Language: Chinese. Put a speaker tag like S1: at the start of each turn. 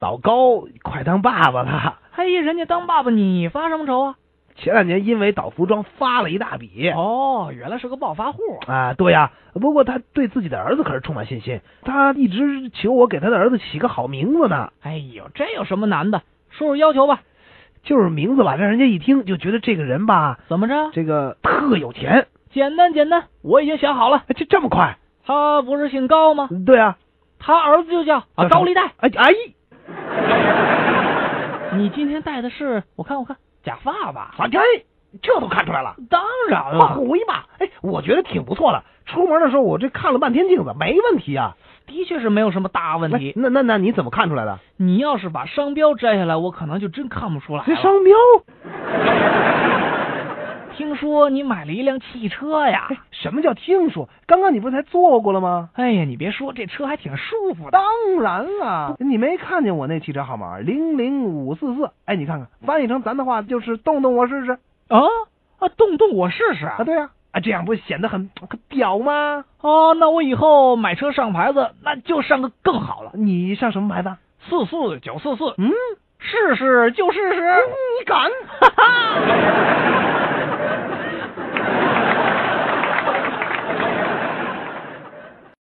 S1: 老高快当爸爸了。
S2: 嘿，人家当爸爸，你发什么愁啊？
S1: 前两年因为倒服装发了一大笔。
S2: 哦，原来是个暴发户啊！
S1: 啊，对呀、不过他对自己的儿子可是充满信心，他一直求我给他的儿子起个好名字呢。
S2: 哎呦，这有什么难的？说说要求吧。
S1: 就是名字吧，让人家一听就觉得这个人吧，
S2: 怎么着？
S1: 这个特有钱，
S2: 简单简单，我已经想好了，
S1: 哎就这么快？
S2: 他不是姓高吗？
S1: 对啊，
S2: 他儿子就叫
S1: 叫
S2: 啊
S1: 什
S2: 高
S1: 么
S2: 利贷。
S1: 哎哎，
S2: 你今天戴的是我看我看假发吧？
S1: 反正哎这都看出来了，
S2: 当然
S1: 画
S2: 了，
S1: 虎一把。哎，我觉得挺不错的。出门的时候我这看了半天镜子，没问题啊。
S2: 的确是没有什么大问
S1: 哎
S2: 题。
S1: 那那那你怎么看出来的？
S2: 你要是把商标摘下来，我可能就真看不出来
S1: 这
S2: 了。
S1: 商标，
S2: 听说你买了一辆汽车 呀？
S1: 哎，什么叫听说？刚刚你不是才坐过了吗？
S2: 哎呀，你别说，这车还挺舒服的。
S1: 当然了，你没看见我那汽车号码零零五四四？哎，你看看，翻译成咱的话就是动动我试试
S2: 啊啊，动动我试试啊
S1: 啊！！对呀、啊，这样不显得很很屌吗？
S2: 哦，那我以后买车上牌子，那就上个更好了，
S1: 你上什么牌子？啊
S2: 四四九四四，
S1: 嗯，
S2: 试试就试试。
S1: 你敢？